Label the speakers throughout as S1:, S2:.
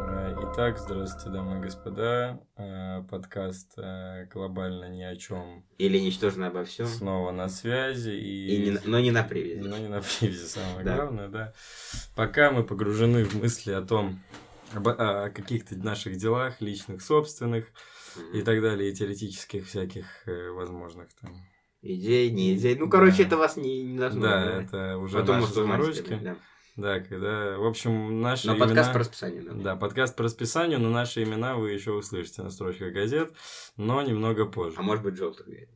S1: Итак, здравствуйте, дамы и господа. Э, Подкаст э, глобально ни о чем
S2: Или ничтожно обо всем.
S1: снова на связи
S2: И
S1: и,
S2: не на- но не на привязи.
S1: но не на привязи, самое
S2: Да.
S1: главное, да. Пока мы погружены в мысли о том, об- о каких-то наших делах, личных, собственных и так далее, и теоретических всяких э, возможных там.
S2: Идей, не идей. Ну, короче,
S1: Да.
S2: это вас не, не должно.
S1: Да, это уже
S2: Потом,
S1: наши
S2: может, узнаете,
S1: заморочки.
S2: да.
S1: Да, когда, в общем, наши
S2: Но
S1: имена-
S2: подкаст по расписанию. да.
S1: Да, подкаст по расписанию, но наши имена вы еще услышите на строчках газет, но немного позже.
S2: А может быть, желтый.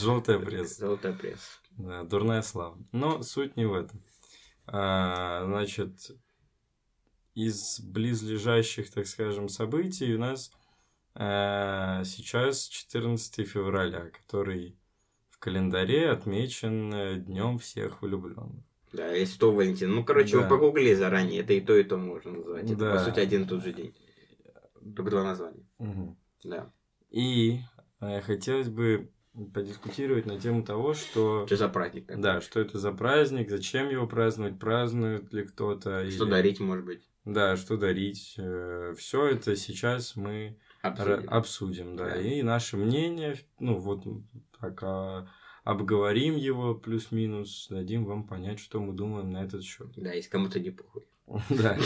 S1: Желтая пресса.
S2: Золотая пресса.
S1: Да, дурная слава. Но суть не в этом. А, значит, из близлежащих, так скажем, событий у нас а, сейчас 14 февраля, который в календаре отмечен Днем всех влюбленных.
S2: Да, и 100 Валентин. Ну, короче,
S1: Да.
S2: вы погугли заранее. Это и то, и то можно назвать. Это,
S1: Да.
S2: по сути, один и тот же день. Только два названия. Да.
S1: И э, хотелось бы подискутировать на тему того, что...
S2: Что за праздник такой?
S1: Да, что это за праздник, зачем его праздновать, празднует ли кто-то.
S2: Что
S1: или-
S2: дарить, может быть?
S1: Да, что дарить. Все это сейчас мы ра- а-
S2: Обсудим.
S1: обсудим, да.
S2: Да.
S1: И наше мнение, ну вот так а, обговорим его плюс-минус, дадим вам понять, что мы думаем на этот счет.
S2: Да, если кому-то не похуй.
S1: Да.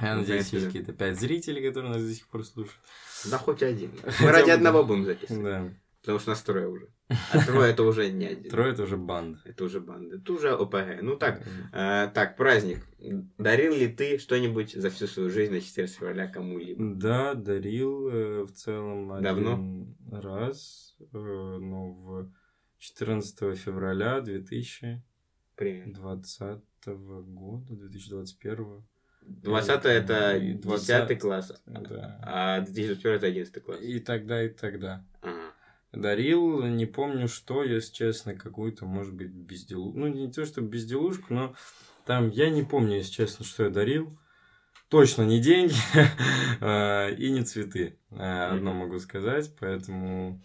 S1: Я надеюсь,
S2: Знаете,
S1: есть какие-то пять зрителей, которые нас до сих пор слушают.
S2: Да хоть один.
S1: Хотя
S2: Мы ради
S1: бы
S2: одного
S1: да.
S2: будем записывать.
S1: Да.
S2: Потому что нас трое уже. А трое это уже не один.
S1: Трое это уже банда.
S2: Это уже банда. Это уже ОПГ. Ну так, э, так, праздник. Дарил ли ты что-нибудь за всю свою жизнь на 14 февраля кому-либо?
S1: Да, дарил э, в целом один
S2: Давно?
S1: раз, э, ну, в 14 февраля 2020
S2: Примерно.
S1: года, 2021.
S2: 20 это
S1: И
S2: 10 класс.
S1: Да.
S2: А 2021 это 11 класс. А,
S1: И тогда, и тогда.
S2: Ага.
S1: Дарил, не помню что, если честно, какую-то, может быть, безделушку. Ну, не то, что безделушку, но там я не помню, если честно, что я дарил. Точно не деньги э, и не цветы. Э, Одно
S2: Мгм.
S1: могу сказать, поэтому,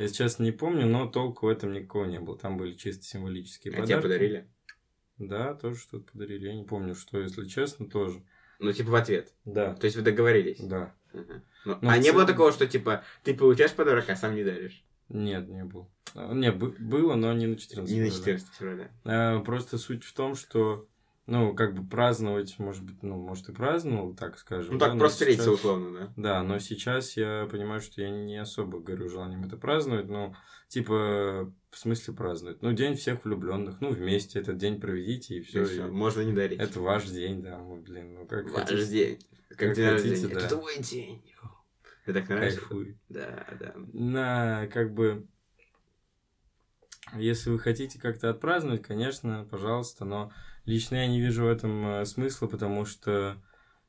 S1: если честно, не помню, но толку в этом никакого не было. Там были чисто символические
S2: А
S1: подарки.
S2: тебе подарили?
S1: Да, тоже что-то подарили. Я не помню, что, если честно, тоже.
S2: Ну, типа в ответ.
S1: Да.
S2: То есть вы договорились?
S1: Да.
S2: Ага. Ну,
S1: Ну,
S2: а
S1: в
S2: не было
S1: целом-
S2: такого, что типа ты получаешь подарок, а сам не даришь?
S1: Нет, не было. Э, Не, бы- было, но не на 14.
S2: Не на
S1: февраля.
S2: 14 февраля.
S1: Э, Просто суть в том, что, ну, как бы праздновать, может быть, ну, может и праздновал, так скажем.
S2: Ну
S1: да,
S2: так
S1: но
S2: просто встретиться
S1: сейчас-
S2: условно, да?
S1: Да, но сейчас я понимаю, что я не особо горю желанием это праздновать, ну, типа, в смысле праздновать. Ну, день всех влюбленных, ну, вместе этот день проведите, и
S2: Всё,
S1: все.
S2: всё, можно не дарить.
S1: Это ваш день, да, ну, блин, ну, как
S2: Ваш
S1: хотите,
S2: день. Как,
S1: как
S2: день
S1: хотите,
S2: рождения.
S1: да.
S2: Это твой день. Ты так нравишься?
S1: кайфуй.
S2: Да, да.
S1: На, как бы, если вы хотите как-то отпраздновать, конечно, пожалуйста, но лично я не вижу в этом э, смысла, потому что,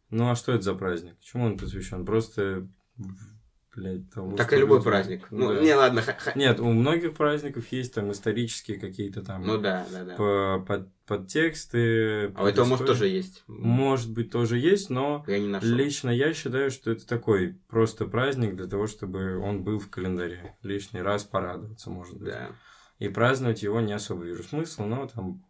S1: ну а что это за праздник? Чему он посвящен? Просто, блядь, тому,
S2: так
S1: что
S2: и любой
S1: люди-
S2: праздник. Ну,
S1: Да.
S2: не, ладно. ха- ха-
S1: Нет, у многих праздников есть там исторические какие-то там
S2: Ну да, да, да.
S1: по- под- подтексты.
S2: А у этого, может,
S1: предыстории.
S2: тоже есть.
S1: Может быть, тоже есть, но
S2: Я не нашел.
S1: Лично я считаю, что это такой просто праздник для того, чтобы он был в календаре. Лишний раз порадоваться, может быть.
S2: Да.
S1: И праздновать его не особо вижу смысла, но там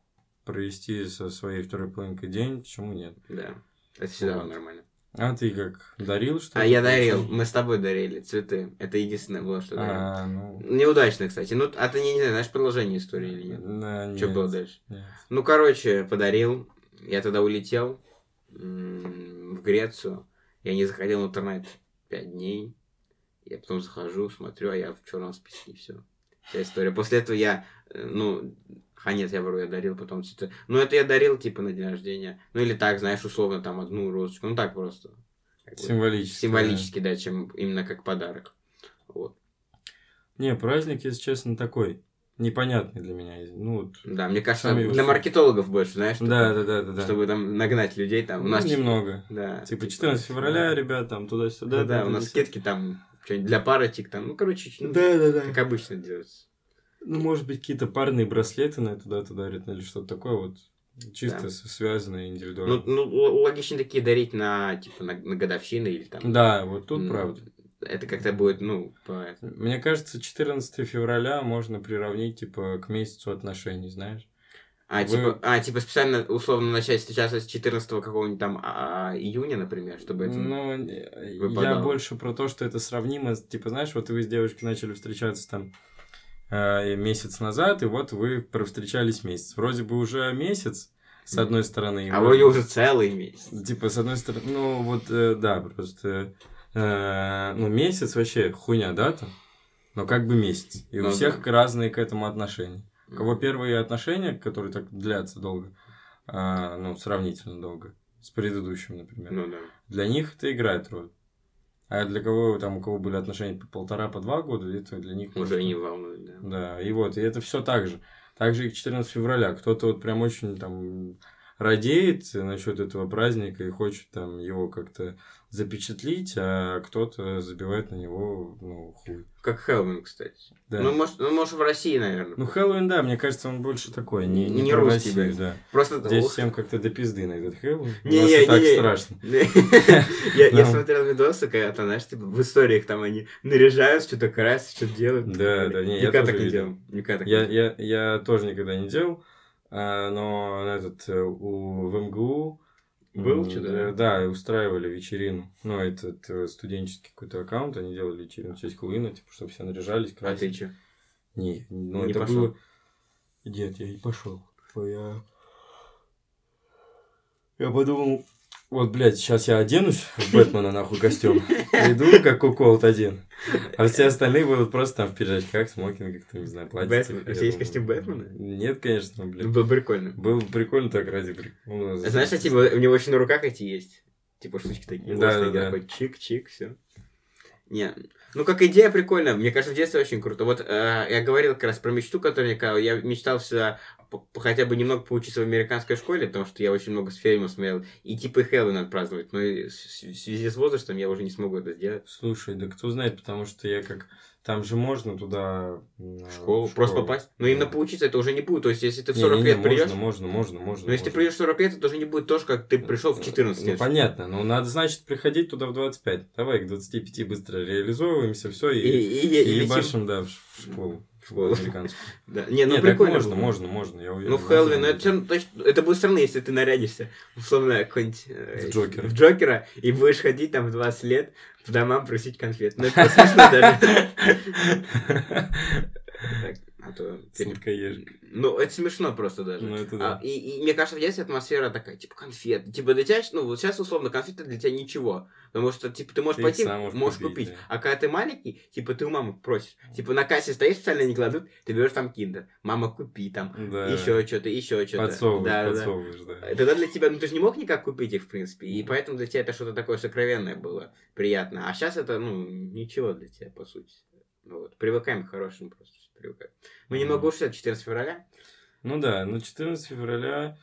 S1: провести со своей второй половинкой день, почему нет?
S2: Да. Это всегда
S1: Вот.
S2: нормально.
S1: А ты как, дарил что-то?
S2: а я дарил. Мы с тобой дарили цветы. Это единственное было, что дарил.
S1: А, ну...
S2: Неудачно, кстати. Ну, а ты не, не знаешь продолжение истории или нет?
S1: Да, нет.
S2: Что было дальше?
S1: Нет.
S2: Ну, короче, подарил. Я тогда улетел м, в Грецию. Я не заходил в интернет пять дней. Я потом захожу, смотрю, а я в черном списке, и все. Вся история. После этого я, э, ну, а нет, я вру, я дарил потом цветы. Ну, это я дарил, типа, на день рождения. Ну, или так, знаешь, условно, там, одну розочку. Ну, так просто. Как бы
S1: Символически.
S2: Символически, да, чем именно как подарок. Вот.
S1: Не, праздник, если честно, такой непонятный для меня. Ну, вот...
S2: Да, мне кажется,
S1: Сами
S2: для
S1: усы.
S2: маркетологов больше, знаешь,
S1: Да, да, да, да, да.
S2: чтобы там нагнать людей, там, у
S1: Ну,
S2: нас...
S1: немного.
S2: Да.
S1: Типа 14 февраля,
S2: да.
S1: ребят, там туда-сюда.
S2: Да, да, у
S1: там,
S2: нас
S1: здесь.
S2: скидки там, что-нибудь для парочек там, ну, короче, ну,
S1: Да, да, да.
S2: как обычно делается.
S1: Ну, может быть, какие-то парные браслеты на это дату дарят, ну, или что-то такое вот. Чисто
S2: Да.
S1: с- связанное индивидуально.
S2: Ну, ну, л- логично такие дарить на, типа, на, на годовщины или там.
S1: да, вот тут
S2: М,
S1: правда.
S2: Это как-то будет, ну, по...
S1: Мне кажется, 14 февраля можно приравнить, типа, к месяцу отношений, знаешь?
S2: А,
S1: Вы-
S2: типа, а, типа специально, условно, начать сейчас с 14 какого-нибудь там а, а, июня, например, чтобы это...
S1: Ну, э, я
S2: выпадало.
S1: больше про то, что это сравнимо. с- Типа, знаешь, вот вы с девочкой начали встречаться там э, месяц назад, и вот вы провстречались месяц. Вроде бы уже месяц, с одной стороны. и
S2: а
S1: вы-
S2: вроде уже целый месяц.
S1: Типа, с одной стороны, ну вот, э, да, просто, э, ну, месяц вообще хуйня дата, но как бы месяц. И у
S2: Ну
S1: всех
S2: да.
S1: разные к этому отношения. У кого первые отношения, которые так длятся долго, а, ну, сравнительно долго, с предыдущим, например,
S2: Ну да.
S1: для них это играет роль. А для кого там, у кого были отношения по полтора, по два года, это для них
S2: Уже
S1: просто-
S2: не волнует, да.
S1: да, и вот, и это все так же. Также и к 14 февраля. Кто-то вот прям очень там радеет насчет этого праздника и хочет там его как-то запечатлить, а кто-то забивает на него, ну, хуй.
S2: Как Хэллоуин, кстати.
S1: Да.
S2: Ну,
S1: Ну,
S2: может, ну, может, в России, наверное.
S1: Хэллоуин, да, мне кажется, он больше такой, не, не,
S2: Не
S1: про
S2: русский,
S1: Россию, да.
S2: Просто...
S1: Здесь всем как-то до пизды на этот Хэллоуин. У
S2: Не,
S1: нас
S2: не,
S1: и так
S2: не, не.
S1: страшно.
S2: Я
S1: Да.
S2: я смотрел видосы, когда там, знаешь, типа в историях там они наряжаются, что-то красят, что-то делают.
S1: Да, да, не, я
S2: Никогда
S1: тоже
S2: так не
S1: видел.
S2: делал. Никогда так не
S1: Я,
S2: делал.
S1: я, я тоже никогда не делал, а, но на этот э, у, в МГУ м,
S2: Был чё-то,
S1: э, Да, и устраивали вечерину. Ну, этот э, студенческий какой-то аккаунт, они делали вечерину в честь Хэллоуина, типа, чтобы все наряжались,
S2: А ты
S1: красились.
S2: что?
S1: Не, ну
S2: Не
S1: это
S2: пошёл?
S1: было... Нет, я не пошел. Я... я подумал, вот, блядь, сейчас я оденусь в Бэтмена, нахуй, костюм. Иду, как куколд один. А все остальные будут просто там в пиджачках, смокингах, там, не знаю, платьицах.
S2: Бэтмен.
S1: Я
S2: У тебя есть
S1: думаю,
S2: костюм Бэтмена?
S1: Нет, конечно, но, блядь.
S2: Было бы прикольно.
S1: Было бы прикольно так ради ну, прикола.
S2: А Знаешь, типа, у него еще на руках эти есть. Типа штучки такие.
S1: Да,
S2: острые,
S1: да, да.
S2: такой Чик-чик, все. Не, ну как идея прикольная. Мне кажется, в детстве очень круто. Вот э, я говорил как раз про мечту, которую я кал- я мечтал всегда по- по- хотя бы немного поучиться в американской школе, потому что я очень много с фильмов смотрел. И типа и Хэллоуин отпраздновать. Но и с- в связи с возрастом я уже не смогу это сделать.
S1: Слушай, да кто знает, потому что я как... Там же можно туда... м,
S2: В школу, просто попасть. Но именно
S1: А, Да.
S2: поучиться это уже не будет. То есть, если ты в
S1: Не,
S2: 40
S1: не, не,
S2: лет придешь,
S1: Можно, можно, можно, можно.
S2: но если ты
S1: можно.
S2: придешь в 40 лет, это уже не будет то, же, как ты пришел в 14
S1: Ну,
S2: лет.
S1: понятно, но надо, значит, приходить туда в 25. Давай к 25 быстро реализовываемся, все,
S2: И,
S1: и,
S2: и,
S1: и,
S2: и- и летим.
S1: ебашим, да, в ш- в школу.
S2: В школу.
S1: Американскую.
S2: Да. Не, ну
S1: Нет, так
S2: прикольно.
S1: можно,
S2: было.
S1: можно, можно, я уверен.
S2: Ну, в
S1: можно
S2: Хэллоуин, ну, это,
S1: найти.
S2: всё равно точно- это будет странно, если ты нарядишься, условно, какой-нибудь... э,
S1: В Джокера.
S2: В Джокера, и будешь ходить там в 20 лет по домам просить конфет. Ну, это просто смешно даже. Так, а то пере-
S1: Сладкоежка.
S2: Ну, это смешно просто даже.
S1: Ну, это
S2: А,
S1: да.
S2: и, и мне кажется, в детстве атмосфера такая, типа конфет. Типа для тебя, ну вот сейчас условно конфеты для тебя ничего. Потому что типа ты можешь
S1: Ты их
S2: пойти,
S1: сам можешь
S2: можешь,
S1: купить,
S2: купить.
S1: да.
S2: А когда ты маленький, типа ты у мамы просишь. Типа на кассе стоишь, специально не кладут, ты берешь там киндер. Мама, купи там.
S1: Да.
S2: Еще что-то, еще что-то.
S1: Подсовываешь,
S2: да, да, да.
S1: подсовываешь, да.
S2: Тогда для тебя, ну ты же не мог никак купить их, в принципе, и поэтому для тебя это что-то такое сокровенное было, приятно. А сейчас это, ну, ничего для тебя, по сути. Вот. Привыкаем к хорошему просто, привыкаем. Мы немного
S1: Мгм.
S2: ушли от 14 февраля.
S1: Ну да, на 14 февраля,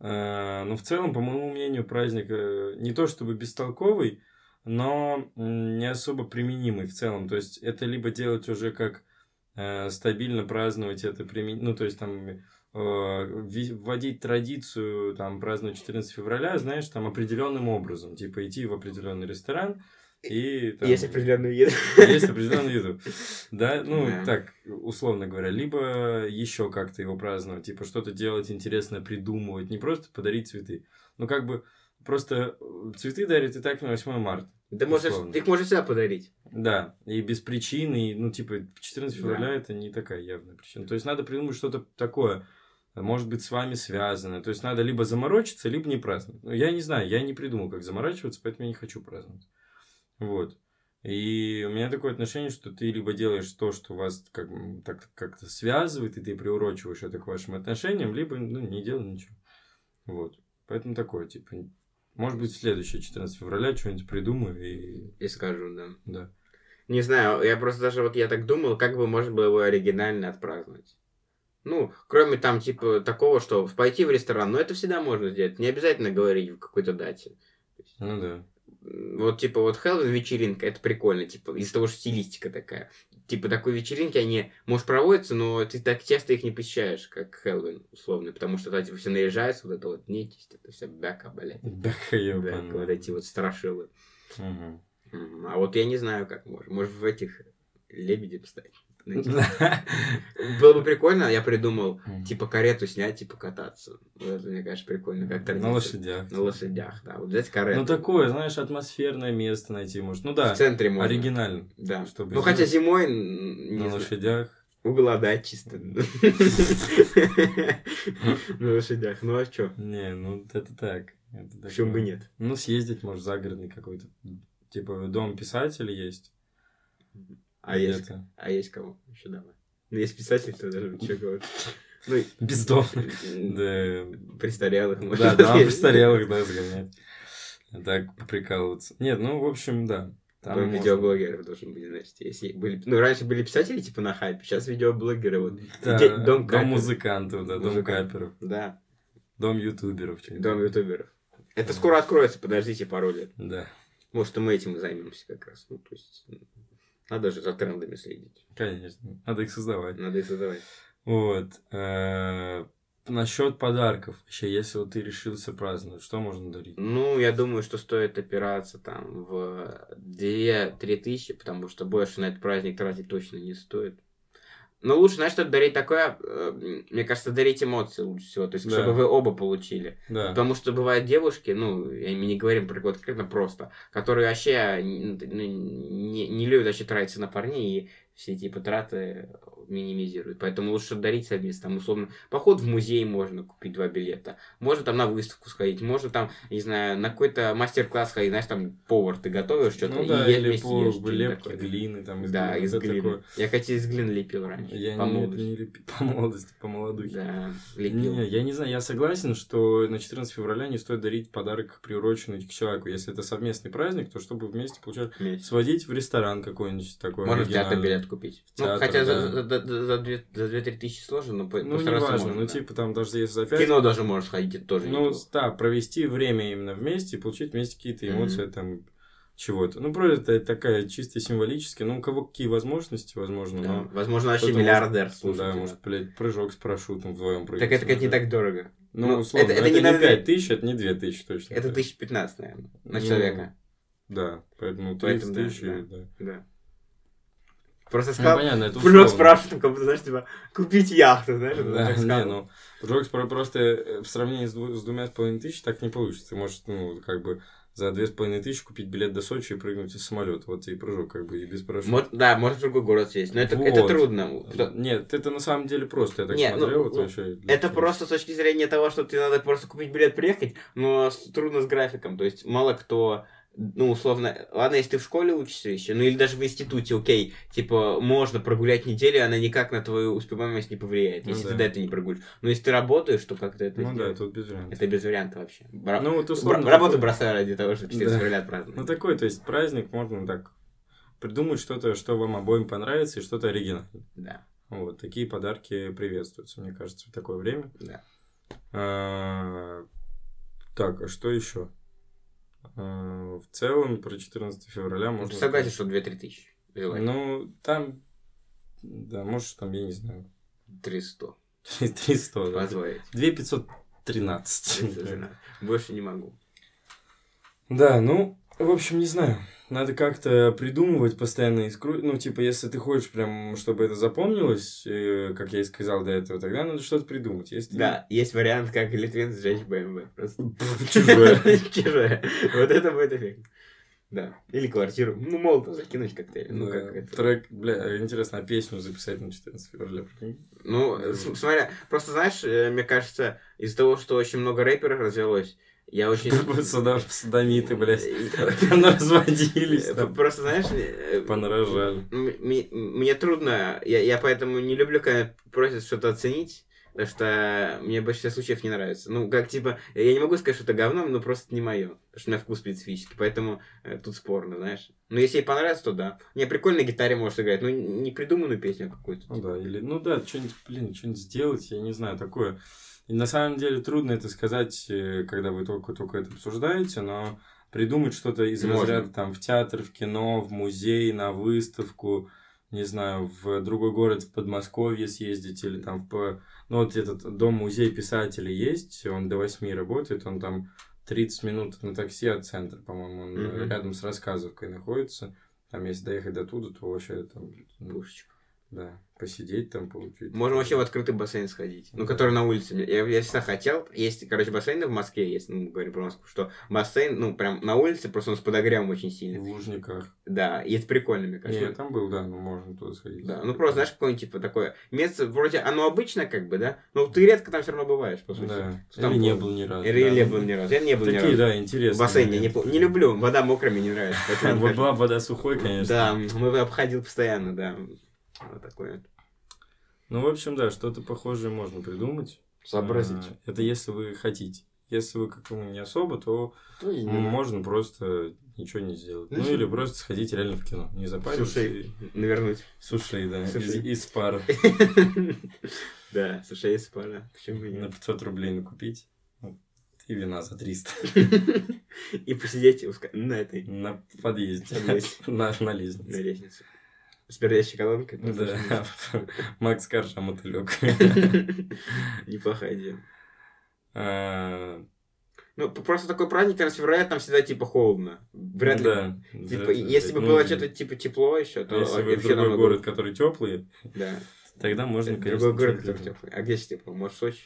S1: э, ну в целом, по моему мнению, праздник э, не то чтобы бестолковый, но м, не особо применимый в целом. То есть это либо делать уже как э, стабильно праздновать это, примен... ну то есть там э, ви- вводить традицию там праздновать 14 февраля, знаешь, там определенным образом, типа идти в определенный ресторан и там,
S2: Есть определенную еду.
S1: есть определенный еду. Да, ну
S2: Да.
S1: так, условно говоря, либо еще как-то его праздновать, типа что-то делать интересное, придумывать, не просто подарить цветы. Ну как бы просто э, цветы дарят и так на 8 марта.
S2: Да можешь,
S1: Условно.
S2: их можно всегда подарить.
S1: Да, и без причины, и, ну типа 14
S2: Да.
S1: февраля это не такая явная причина. То есть надо придумать что-то такое, может быть, с вами связанное. То есть надо либо заморочиться, либо не праздновать. Ну, я не знаю, я не придумал, как заморачиваться, поэтому я не хочу праздновать. Вот. И у меня такое отношение, что ты либо делаешь то, что вас как, м, так, как-то связывает, и ты приурочиваешь это к вашим отношениям, либо ну, не делай ничего. Вот. Поэтому такое, типа, может быть, в следующее 14 февраля что-нибудь придумаю и
S2: И скажу, да.
S1: да.
S2: Не знаю, я просто даже вот я так думал, как бы можно было его оригинально отпраздновать. Ну, кроме там, типа, такого, что пойти в ресторан, но это всегда можно сделать. Не обязательно говорить в какой-то дате.
S1: Ну да.
S2: Вот, типа, вот Хэллоуин вечеринка, это прикольно, типа, из-за того, что стилистика такая. Типа, такой вечеринки, они, может, проводятся, но ты так часто их не посещаешь, как Хэллоуин, условно, потому что, да, типа, все наряжаются, вот это вот нечисть, это вся бяка, блядь.
S1: Да, ёбаный.
S2: Бяка, вот эти вот страшилы.
S1: Мгм.
S2: М, А вот я не знаю, как можно. Может, в этих лебедем стать. найти. Было бы прикольно, я придумал, типа, карету снять, типа, кататься. Вот это, мне кажется, прикольно. Как
S1: На
S2: традиция.
S1: лошадях.
S2: На лошадях, да. Вот взять карету.
S1: Ну, такое, знаешь, атмосферное место найти, может. Ну,
S2: В
S1: да,
S2: центре можно.
S1: оригинально.
S2: Да.
S1: Чтобы
S2: ну, хотя
S1: сделать.
S2: зимой, м, не
S1: На
S2: знаю,
S1: лошадях.
S2: уголодать чисто. На лошадях. Ну, а что?
S1: Не, ну, это так. Это
S2: Почему бы
S1: такое.
S2: нет?
S1: Ну, съездить, может, загородный какой-то. Типа, дом писателя есть.
S2: А есть,
S1: где-то.
S2: а есть кого? Еще давай. Ну, есть писатель, кто даже что говорит. Ну, и-
S1: Бездомный. Да,
S2: престарелых. может,
S1: Да, да,
S2: есть.
S1: престарелых, да, сгонять. Так, поприкалываться. Нет, ну, в общем, да. Там
S2: Там
S1: можно.
S2: видеоблогеров должен быть, значит. Если были... Ну, раньше были писатели, типа, на хайпе, сейчас видеоблогеры, вот.
S1: Да,
S2: Иде- дом
S1: э, дом
S2: каперов.
S1: музыкантов, да, дом
S2: Музыкантов.
S1: каперов,
S2: Да,
S1: дом ютуберов. что-нибудь.
S2: дом ютуберов. Это скоро откроется, подождите пару лет.
S1: Да,
S2: Может, и мы этим и займемся как раз. Ну, то есть, м, надо же за трендами следить.
S1: конечно. Надо их создавать.
S2: Надо и создавать.
S1: Вот. Насчет подарков. Вообще, если вот ты решился праздновать, что можно дарить?
S2: Ну, я думаю, что стоит опираться там в 2-3 тысячи, потому что больше на этот праздник тратить точно не стоит. Но лучше, знаешь, что дарить такое, э, мне кажется, дарить эмоции лучше всего, то есть,
S1: Да.
S2: чтобы вы оба получили.
S1: Да.
S2: Потому что бывают девушки, ну, я- мы не говорим про кого конкретно просто, которые вообще ну, не, не любят вообще тратиться на парней и все эти потраты минимизируют. Поэтому лучше дарить совместно. Там, условно, поход в музей можно купить два билета. Можно там на выставку сходить, можно там, не знаю, на какой-то мастер-класс ходить, знаешь, там повар ты готовишь что-то
S1: Ну да,
S2: и е-
S1: или
S2: вместе
S1: по
S2: ешь что-нибудь
S1: лепке
S2: такое.
S1: глины, там, из
S2: Да,
S1: глины,
S2: из
S1: вот это
S2: глины.
S1: такое.
S2: Я, кстати, из глины лепил раньше.
S1: Я
S2: по
S1: не, это
S2: молодости.
S1: не люби- по молодости, по молодухе.
S2: Да, лепил.
S1: Не, я не знаю, я согласен, что на 14 февраля не стоит дарить подарок, приуроченный к человеку. Если это совместный праздник, то чтобы вместе получать...
S2: Вместе.
S1: Сводить в ресторан какой-нибудь такой
S2: Можно в театр
S1: оригинальный.
S2: билет купить.
S1: В театр,
S2: ну,
S1: да.
S2: хотя за, за, за, за, за две- за 2-3 тысячи сложно, но по-
S1: Ну, не
S2: постараться
S1: важно,
S2: можно,
S1: ну,
S2: да.
S1: типа, там, даже если за
S2: В
S1: пять-
S2: кино даже можешь сходить, это тоже
S1: Ну,
S2: неплохо.
S1: да, провести время именно вместе и получить вместе какие-то
S2: Мгм.
S1: эмоции, там, чего-то. Ну, просто это такая чисто символическая. Ну, у кого какие возможности, возможно,
S2: Да.
S1: но...
S2: Возможно, вообще
S1: кто-то
S2: миллиардер, слушай.
S1: ну, Да,
S2: тебя.
S1: может, блядь, прыжок с парашютом вдвоем прыгать.
S2: так это как не
S1: да.
S2: так дорого.
S1: Ну,
S2: ну,
S1: условно,
S2: это-
S1: это,
S2: это не
S1: не,
S2: надо-
S1: 5 тысяч, это не 2 тысячи точно.
S2: Это 1015, наверное, на
S1: Ну,
S2: человека.
S1: Да, поэтому
S2: Поэтому
S1: 30
S2: да,
S1: тысяч,
S2: да.
S1: да.
S2: Да. Просто
S1: Ну,
S2: сказал,
S1: понятно, это
S2: прыжок
S1: условно.
S2: с парашютом, как будто, знаешь, типа, купить яхту, знаешь, вот
S1: Да,
S2: так
S1: не,
S2: сказал.
S1: ну, Джокс про- просто э, в сравнении с, дву- с двумя с половиной тысяч так не получится. Ты можешь, ну, как бы за две с половиной тысячи купить билет до Сочи и прыгнуть из самолета. Вот тебе и прыжок, как бы, и без парашюта.
S2: Мож- да, может в другой город съесть, но это, это
S1: Вот.
S2: трудно. Кто-
S1: Нет, это на самом деле просто, я так
S2: Не, ну,
S1: смотрел, вот
S2: ну,
S1: вообще.
S2: Это просто с точки зрения того, что тебе надо просто купить билет, приехать, но с- трудно с графиком. То есть мало кто, ну, условно, ладно, если ты в школе учишься еще, ну или даже в институте, окей, типа, можно прогулять неделю, она никак на твою успеваемость не повлияет,
S1: Ну
S2: если
S1: да.
S2: ты до этого не прогулишь. Но если ты работаешь, то как-то это...
S1: Ну да,
S2: сделать.
S1: тут без вариантов.
S2: Это без варианта вообще. Бра-
S1: Ну, вот
S2: бра-
S1: условно...
S2: Работу
S1: такой-
S2: бросаю ради того, чтобы 4
S1: Да.
S2: февраля
S1: Ну,
S2: отпраздновать.
S1: такой, то есть, праздник можно так придумать что-то, что вам обоим понравится, и что-то оригинальное.
S2: Да.
S1: Вот, такие подарки приветствуются, мне кажется, в такое время.
S2: Да.
S1: А, Так, а что еще? А, В целом, про 14 февраля
S2: Ну,
S1: можно...
S2: ты согласен, что 2-3 тысячи.
S1: сказать-
S2: Взяла.
S1: Ну, там... Да, может, там, я не знаю,
S2: 300.
S1: 300, да.
S2: Позволить.
S1: 2513.
S2: Больше не могу.
S1: Да, ну, в общем, не знаю. Надо как-то придумывать постоянно искру... Ну, типа, если ты хочешь прям, чтобы это запомнилось, э, как я и сказал до этого, тогда надо что-то придумать. Если ты-
S2: Да, есть вариант, как Литвин сжечь БМВ. Просто
S1: Чужое.
S2: Чужое. Вот это будет эффект. Да. Или квартиру. Ну, молотом закинуть коктейль. Ну,
S1: Да,
S2: как это.
S1: Э, Трек, бля, интересно, а песню записать на 14 февраля. прикинь?
S2: Ну,
S1: Да.
S2: с- смотря, просто знаешь, э, мне кажется, из-за того, что очень много рэперов развелось, я очень...
S1: Суда- Садомиты, блядь.
S2: Э,
S1: Разводились там,
S2: Просто, знаешь, э,
S1: понарожали.
S2: М- м- Мне трудно, я, я поэтому не люблю, когда просят что-то оценить, потому что мне в большинстве случаев не нравится. Ну, как типа, я не могу сказать, что это говном, но просто не мое, потому что у меня вкус специфический, поэтому э, тут спорно, знаешь. Но если ей понравится, то да. Мне прикольно на гитаре может играть, но не придуманную песню а какую-то. типа,
S1: Ну да, или, ну да, что-нибудь, блин, что-нибудь сделать, я не знаю, такое. И на самом деле трудно это сказать, э, когда вы только-только это обсуждаете, но придумать что-то из
S2: Можно.
S1: разряда там в театр, в кино, в музей, на выставку, не знаю, в другой город, в Подмосковье съездить или там в... П- Ну вот этот дом-музей писателей есть, он до 8 работает, он там 30 минут на такси от центра, по-моему, он э,
S2: Мгм.
S1: рядом с Рассказовкой находится. Там если доехать до туда, то вообще там... ну,
S2: Пушечка.
S1: Да, посидеть там, получить.
S2: Можно вообще в открытый бассейн сходить. Ну, который на улице. Я, я всегда хотел. Есть, короче, бассейны в Москве, есть, ну, мы говорим про Москву, что бассейн, ну, прям на улице, просто он с подогревом очень
S1: В
S2: сильный.
S1: Лужниках.
S2: Да, и это прикольно, мне
S1: Не,
S2: кажется.
S1: я там был, да, но можно туда сходить.
S2: Да, ну просто, знаешь, какое-нибудь типа такое место, вроде оно обычное, как бы, да, но ты редко там все равно бываешь, по сути.
S1: Да.
S2: Что там
S1: Или не
S2: было?
S1: был ни разу.
S2: Или
S1: да.
S2: не был ни разу. Я не был ни
S1: Такие,
S2: разу.
S1: да, интересные.
S2: В бассейне я не,
S1: моменты.
S2: пом- не люблю, вода мокрая мне не нравится. поэтому я не
S1: Вот
S2: хожу.
S1: была бы вода сухой, конечно.
S2: Да, мы обходил постоянно, да. Вот такое.
S1: Ну, в общем, да, что-то похожее можно придумать.
S3: Сообразить.
S1: А, Это если вы хотите. Если вы как ну, не особо, то
S2: А,
S3: То и
S1: ну,
S3: не надо.
S1: можно просто ничего не сделать. Ну,
S3: Знаешь,
S1: или просто сходить реально в кино. Не запариться.
S2: Сушей
S1: и-
S2: навернуть.
S1: Суши, да. Из,
S2: Суши.
S1: из пар.
S2: Да, сушей из пара. Почему бы и
S1: На
S2: нет?
S1: 500 рублей накупить. И вина за 300.
S2: И посидеть у ска- на этой
S1: На подъезде.
S2: Подъезде.
S1: На, на
S2: на
S1: лестнице.
S2: лестнице. С пердящей колонкой. там,
S1: Да. Макс Карша мотылек.
S2: слушай. Неплохая идея.
S1: А,
S2: Ну, п- просто такой праздник, раз февраля там всегда типа холодно. Вряд ли.
S1: Ну да,
S2: Типа,
S1: вряд ли,
S2: если бы
S1: ну,
S2: было
S1: или-
S2: что-то типа тепло еще, то
S1: Если вы в
S2: вообще
S1: другой
S2: намного
S1: город, который теплый,
S2: Да.
S1: тогда можно, конечно,
S2: Другой город,
S1: что-то
S2: который теплый. А где же тепло? Может, Сочи?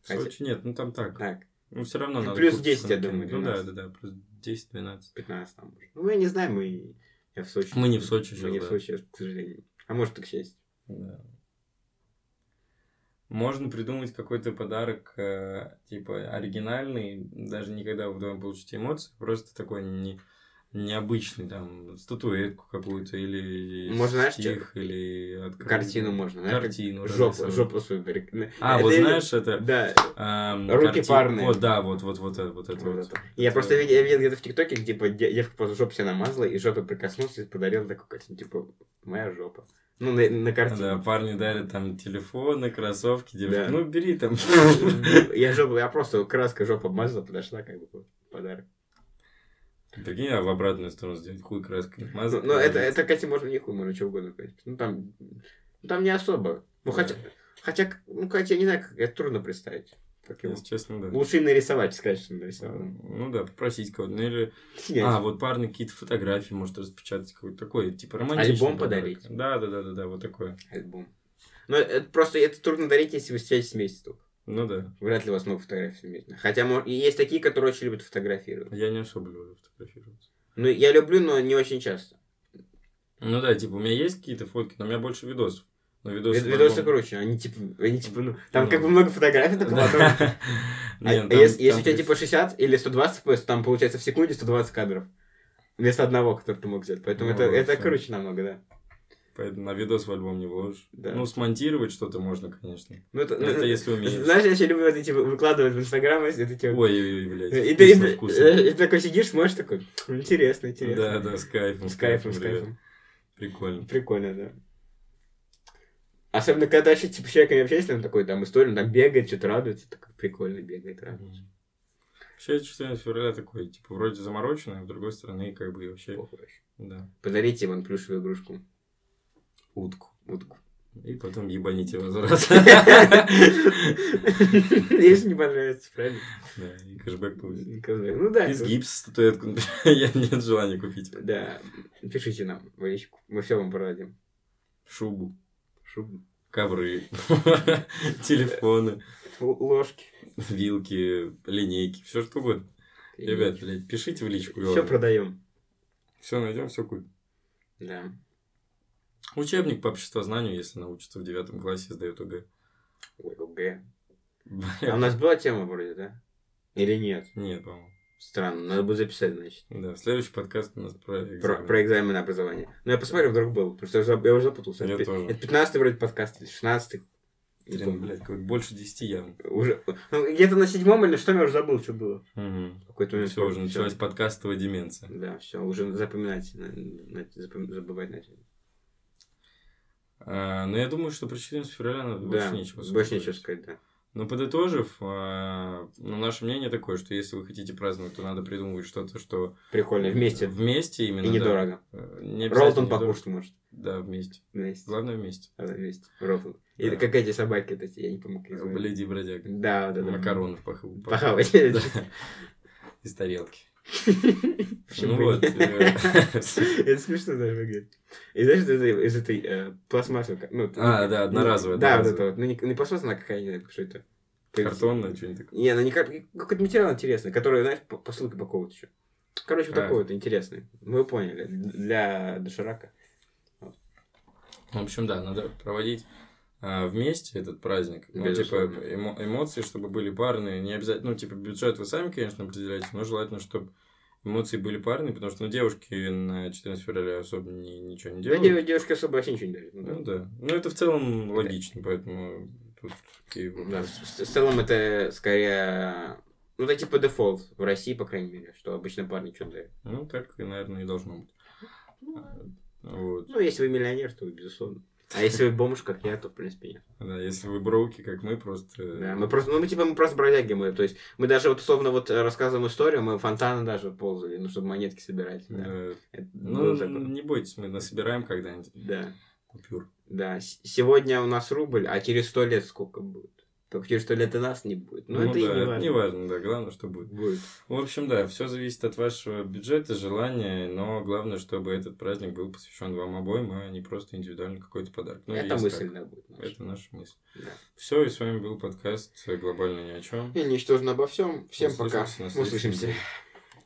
S1: В Сочи нет, ну там так.
S2: Так,
S1: Ну, все равно надо...
S2: Плюс
S1: купить
S2: 10, я
S1: что-то.
S2: думаю,
S1: Ну да,
S2: 12.
S1: да, да, плюс 10-12.
S2: 15 там. может. Ну, я не знаю, мы... Я в Сочи.
S1: Мы не в Сочи
S2: Мы
S1: сейчас,
S2: не в
S1: да.
S2: Сочи, к сожалению. А может, так счастье.
S1: Да. Можно придумать какой-то подарок, э, типа, оригинальный, даже никогда вы дома получите эмоции, просто такой не, необычный, там, статуэтку какую-то, или
S2: Можно, знаешь,
S1: стих, или... открытку.
S2: Картину можно, да?
S1: Картину.
S2: Жопу,
S1: разрисовать.
S2: жопу свою. берег- на-
S1: А,
S2: Это
S1: вот
S2: я-
S1: знаешь, это...
S2: Да.
S1: эм,
S2: Руки
S1: карти-
S2: парные.
S1: Вот, да, вот, вот, вот, это, вот это
S2: вот
S1: вот.
S2: это. Я
S1: Это-
S2: просто видел, я видел где-то в ТикТоке, где типа, де- девка просто жопу себе намазала, и жопу прикоснулся и подарил такую картину, типа, моя жопа. Ну, на,
S1: Да,
S2: на картине.
S1: парни дарят там телефоны, кроссовки, девушки.
S2: Да.
S1: Ну, бери там.
S2: Я жопу, я просто краской жопу обмазала, подошла, как бы, вот, подарок.
S1: Прикинь, а в обратную сторону сделать хуй краской.
S2: Ну,
S1: мазать.
S2: ну, это, это, конечно, можно не хуй, можно что угодно. конечно. Ну, там, ну, там не особо.
S1: Да.
S2: Ну, хотя, хотя, к- ну, хотя, я не знаю, как- это трудно представить. Как его.
S1: Если честно, да.
S2: Лучше и нарисовать, сказать, что нарисовал.
S1: Ну да, попросить кого-то. Ну или...
S2: Снять.
S1: А, вот парни какие-то фотографии, может, распечатать. Какой-то такой, типа, романтичный
S2: А Альбом
S1: подарок.
S2: подарить.
S1: Да, да, да, да, да, вот такое.
S2: Альбом. Но это просто это трудно дарить, если вы встречаетесь вместе только.
S1: Ну да,
S2: Вряд ли у вас много фотографий вместе. Хотя мо- и есть такие, которые очень любят фотографировать.
S1: я не особо люблю фотографироваться.
S2: Ну, я люблю, но не очень часто.
S1: Ну да, типа, у меня есть какие-то фотки, но у меня больше видосов. Но видосы...
S2: Вид-
S1: в
S2: Видосы
S1: альбом-
S2: круче, они типа, они типа, ну, там
S1: Ну.
S2: как бы много фотографий, только потом... А-
S1: Да.
S2: а
S1: Нет, там-
S2: если, если
S1: там
S2: у тебя
S1: приш-
S2: типа 60 или 120 FPS, то там получается в секунде 120 кадров. Вместо одного, который ты мог взять. Поэтому
S1: Ну,
S2: это,
S1: вот,
S2: это
S1: да.
S2: круче намного, да.
S1: Поэтому на видос в альбом не вложишь.
S2: типа, Да.
S1: Ну, смонтировать что-то можно, конечно.
S2: Ну, это, ну,
S1: Это
S2: ну,
S1: если умеешь.
S2: Знаешь, я еще люблю вот эти выкладывать в Инстаграм, если ты типа...
S1: Ой, блядь,
S2: И ты, и
S1: вкусно,
S2: ты-
S1: вкусно.
S2: э, и ты такой сидишь, смотришь, такой, интересно, интересно.
S1: Да, да, с кайфом.
S2: С кайфом, с
S1: ребят.
S2: кайфом.
S1: Прикольно.
S2: Прикольно, да. Особенно, когда еще типа, с человеком общаешься, он такой, там, история, он там бегает, что-то радуется, такой, прикольно бегает, радуется.
S1: Вообще 14 февраля такой, типа, вроде замороченный, а с другой стороны, как бы и вообще,
S2: Похуй вообще.
S1: да,
S2: Подарите ему плюшевую игрушку,
S1: утку.
S2: утку.
S1: И потом ебаните его за раз.
S2: Если не понравится, правильно?
S1: Да, и кэшбэк получит.
S2: Ну да.
S1: Из гипса статуэтку, например, я нет желания купить.
S2: Да, пишите нам в личку, мы все вам продадим.
S1: Шубу,
S2: Шубу.
S1: ковры, телефоны,
S2: л- Ложки.
S1: вилки, линейки, все что угодно. Ребят, блядь, пишите в личку.
S2: все продаем.
S1: Все найдем, все купим.
S2: Да.
S1: Учебник по обществознанию, если научится в девятом классе, сдает ОГЭ.
S2: Ой, ОГЭ. А у
S1: Бля,
S2: нас была тема вроде, да? Или нет?
S1: Нет, по-моему.
S2: Странно, надо будет записать, значит.
S1: Да, следующий подкаст у нас про
S2: Про,
S1: экзамен.
S2: про экзамен образования. Ну, я посмотрю, вдруг был. Просто я, зап- я уже запутался.
S1: Я
S2: это, пи-
S1: тоже.
S2: это 15-й вроде подкаст, или 16-й. Не
S1: Блин,
S2: помню.
S1: блядь, как больше 10 явно.
S2: Уже, ну, где-то на седьмом или на шестом я уже забыл, что было. В Какой-то момент.
S1: Все, уже
S2: всё.
S1: началась подкастовая деменция.
S2: Да, все, уже запоминать, на- на- запом- забывать начали.
S1: А, но я думаю, что про 14 февраля надо
S2: да,
S1: больше нечего сказать.
S2: больше нечего сказать, да.
S1: Но подытожив, а, ну, наше мнение такое, что если вы хотите праздновать, то надо придумывать что-то, что...
S2: Прикольно, вместе.
S1: Вместе именно,
S2: И
S1: да.
S2: недорого.
S1: Э, Не обязательно
S2: Ролтон
S1: недорого.
S2: покушать может.
S1: Да, вместе.
S2: Вместе.
S1: Главное вместе.
S2: Да, вместе. Ролтон. Или
S1: Да.
S2: как эти собаки, вот эти, я не помню, как их звали.
S1: Бледи бродяга.
S2: Да, да, да.
S1: Макаронов пох- пох-
S2: Похавать.
S1: Из тарелки.
S2: Почему
S1: Ну вот. э,
S2: бы и нет? Это смешно даже выглядит. И знаешь, это из этой э, пластмассовой... ка- ну,
S1: А,
S2: ну,
S1: да, одноразовая,
S2: Да, вот
S1: одноразовая.
S2: это вот. Ну, не не пластмассовая, она какая-нибудь, что это?
S1: Картонная, что-нибудь такое.
S2: Не, она не кар- какой-то материал интересный, который, знаешь, по посылке упаковывают еще. Короче, вот
S1: А.
S2: такой вот интересный. Вы поняли, для доширака.
S1: В общем, да, надо проводить а, вместе этот праздник. Ну,
S2: Безусловно.
S1: типа, эмо- эмоции, чтобы были парные. Не обязательно, ну, типа, бюджет вы сами, конечно, определяете, но желательно, чтобы эмоции были парные, потому что, ну, девушки на 14 февраля особо ни- ничего не
S2: Да,
S1: делают.
S2: дев- девушке особо вообще ничего не дарит. Ну, да.
S1: Ну да. Ну это в целом логично, поэтому тут такие вот-
S2: Да, в в целом это скорее... Ну, это типа дефолт в России, по крайней мере, что обычно парни что дают.
S1: Ну так, наверное, и должно быть. А, Вот.
S2: Ну, если вы миллионер, то вы, безусловно. А если вы бомж, как я, то, в принципе, нет.
S1: Да, если вы броуки, как мы, просто... э,
S2: Да, мы просто, ну, мы типа, мы просто бродяги, мы, то есть, мы даже вот, условно, вот э, рассказываем историю, мы в фонтаны даже ползали, ну, чтобы монетки собирать.
S1: Да.
S2: Да. Это
S1: Ну,
S2: было такое.
S1: не бойтесь, мы насобираем когда-нибудь
S2: Да.
S1: купюр.
S2: Да, с- сегодня у нас рубль, а через сто лет сколько будет? Только через сто лет и нас не будет. Ну, это и
S1: да,
S2: не важно.
S1: да, главное, что будет.
S2: Будет.
S1: В общем, да, все зависит от вашего бюджета, желания, но главное, чтобы этот праздник был посвящен вам обоим, а не просто индивидуально какой-то подарок. Ну,
S2: это
S1: есть
S2: мысль,
S1: так.
S2: да, будет. наша.
S1: Это наша мысль.
S2: Да.
S1: Все, и с вами был подкаст «Глобально ни о чем».
S2: И ничтожно обо всем. Всем пока.
S1: Услышимся на следующей
S2: Услышимся.
S1: неделе.